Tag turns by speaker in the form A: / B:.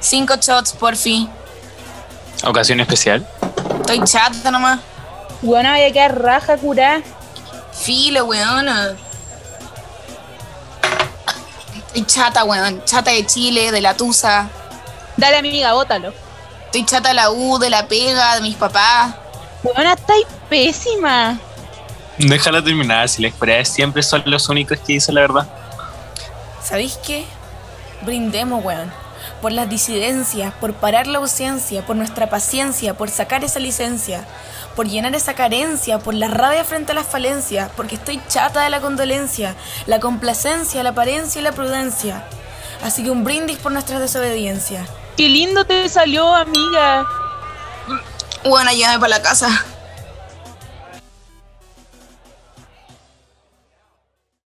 A: Cinco shots, por fin.
B: Ocasión especial.
A: Estoy chata nomás.
C: Weón, voy a quedar raja curada.
A: Filo, weona. Estoy chata, weón. Chata de Chile, de la Tusa.
C: Dale, amiga, bótalo.
A: Estoy chata de la U, de la pega, de mis papás.
C: Weona, estáis pésima.
B: Déjala terminar, si las coreanas siempre son los únicos que dicen la verdad.
D: ¿Sabéis qué? Brindemos, weón. Por las disidencias, por parar la ausencia, por nuestra paciencia, por sacar esa licencia, por llenar esa carencia, por la rabia frente a las falencias, porque estoy chata de la condolencia, la complacencia, la apariencia y la prudencia. Así que un brindis por nuestra desobediencia.
C: Qué lindo te salió, amiga.
A: Weona, llévame para la casa.